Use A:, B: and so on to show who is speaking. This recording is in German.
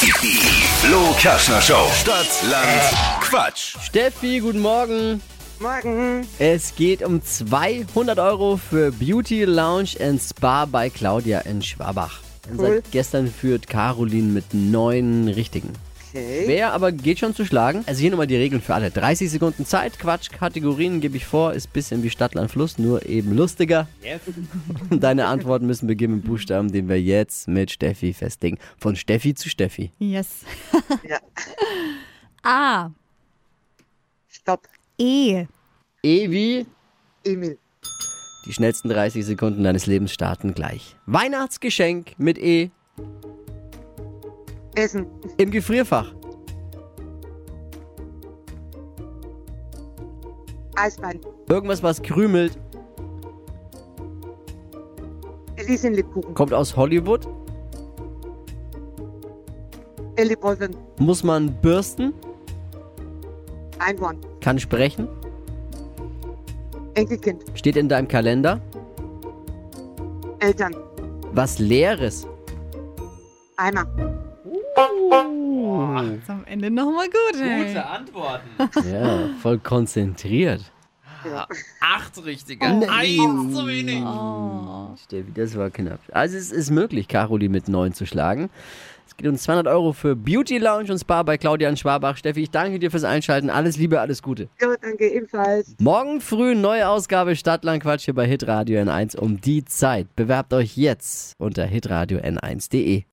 A: Die Flo Kaschner Show. Stadt, Land, Quatsch.
B: Steffi, guten Morgen.
C: Morgen.
B: Es geht um 200 Euro für Beauty Lounge and Spa bei Claudia in Schwabach. Und
C: Cool.
B: Seit gestern führt Caroline mit neun richtigen.
C: Okay.
B: Wer aber geht schon zu schlagen? Also hier nochmal die Regeln für alle. 30 Sekunden Zeit, Quatsch, Kategorien gebe ich vor, ist bisschen wie Stadtland Fluss, nur eben lustiger. Und deine Antworten müssen beginnen mit Buchstaben, den wir jetzt mit Steffi festlegen. Von Steffi zu Steffi.
D: Yes.
C: Ja.
D: A.
C: Stopp.
D: E.
B: Evi,
C: Emil.
B: Die schnellsten 30 Sekunden deines Lebens starten gleich. Weihnachtsgeschenk mit E
C: Essen.
B: im Gefrierfach.
C: Eisbein.
B: Irgendwas, was krümelt,
C: Elisenlebkuchen.
B: kommt aus Hollywood,
C: Elibolven.
B: muss man bürsten,
C: Einhorn.
B: kann sprechen,
C: Enkelkind.
B: steht in deinem Kalender.
C: Eltern.
B: Was Leeres.
C: Eimer.
D: Ist am Ende nochmal gut. Ey.
E: Gute Antworten.
B: Ja, voll konzentriert.
E: Acht richtige. Eins zu wenig.
B: Steffi, das war knapp. Also es ist möglich, Caroli mit 9 zu schlagen. Es geht um 200 Euro für Beauty Lounge und Spa bei Claudia in Schwabach. Steffi, ich danke dir fürs Einschalten. Alles Liebe, alles Gute.
C: Ja, danke ebenfalls.
B: Morgen früh neue Ausgabe Stadtlandquatsch hier bei Hitradio N1 um die Zeit. Bewerbt euch jetzt unter hitradio n1.de.